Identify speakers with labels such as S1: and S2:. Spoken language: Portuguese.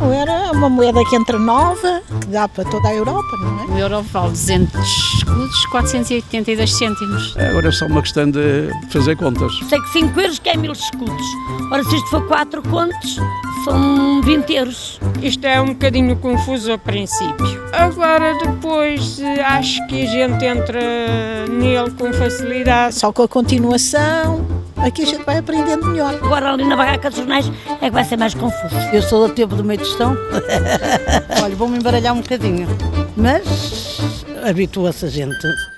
S1: Era uma moeda que entra nova, que dá para toda a Europa, não é?
S2: O euro vale 200 escudos, 482 cêntimos.
S3: Agora é só uma questão de fazer contas.
S4: Sei que 5 euros que é mil escudos. Ora, se isto for 4 contos, são 20 euros.
S5: Isto é um bocadinho confuso a princípio. Agora, depois, eh, acho que a gente entra nele com facilidade.
S1: Só com a continuação, aqui a gente vai aprendendo melhor.
S4: Agora ali na barraca de jornais é que vai ser mais confuso.
S6: Eu sou do tempo do meio tostão. Olha, vou-me embaralhar um bocadinho. Mas habitua-se a gente.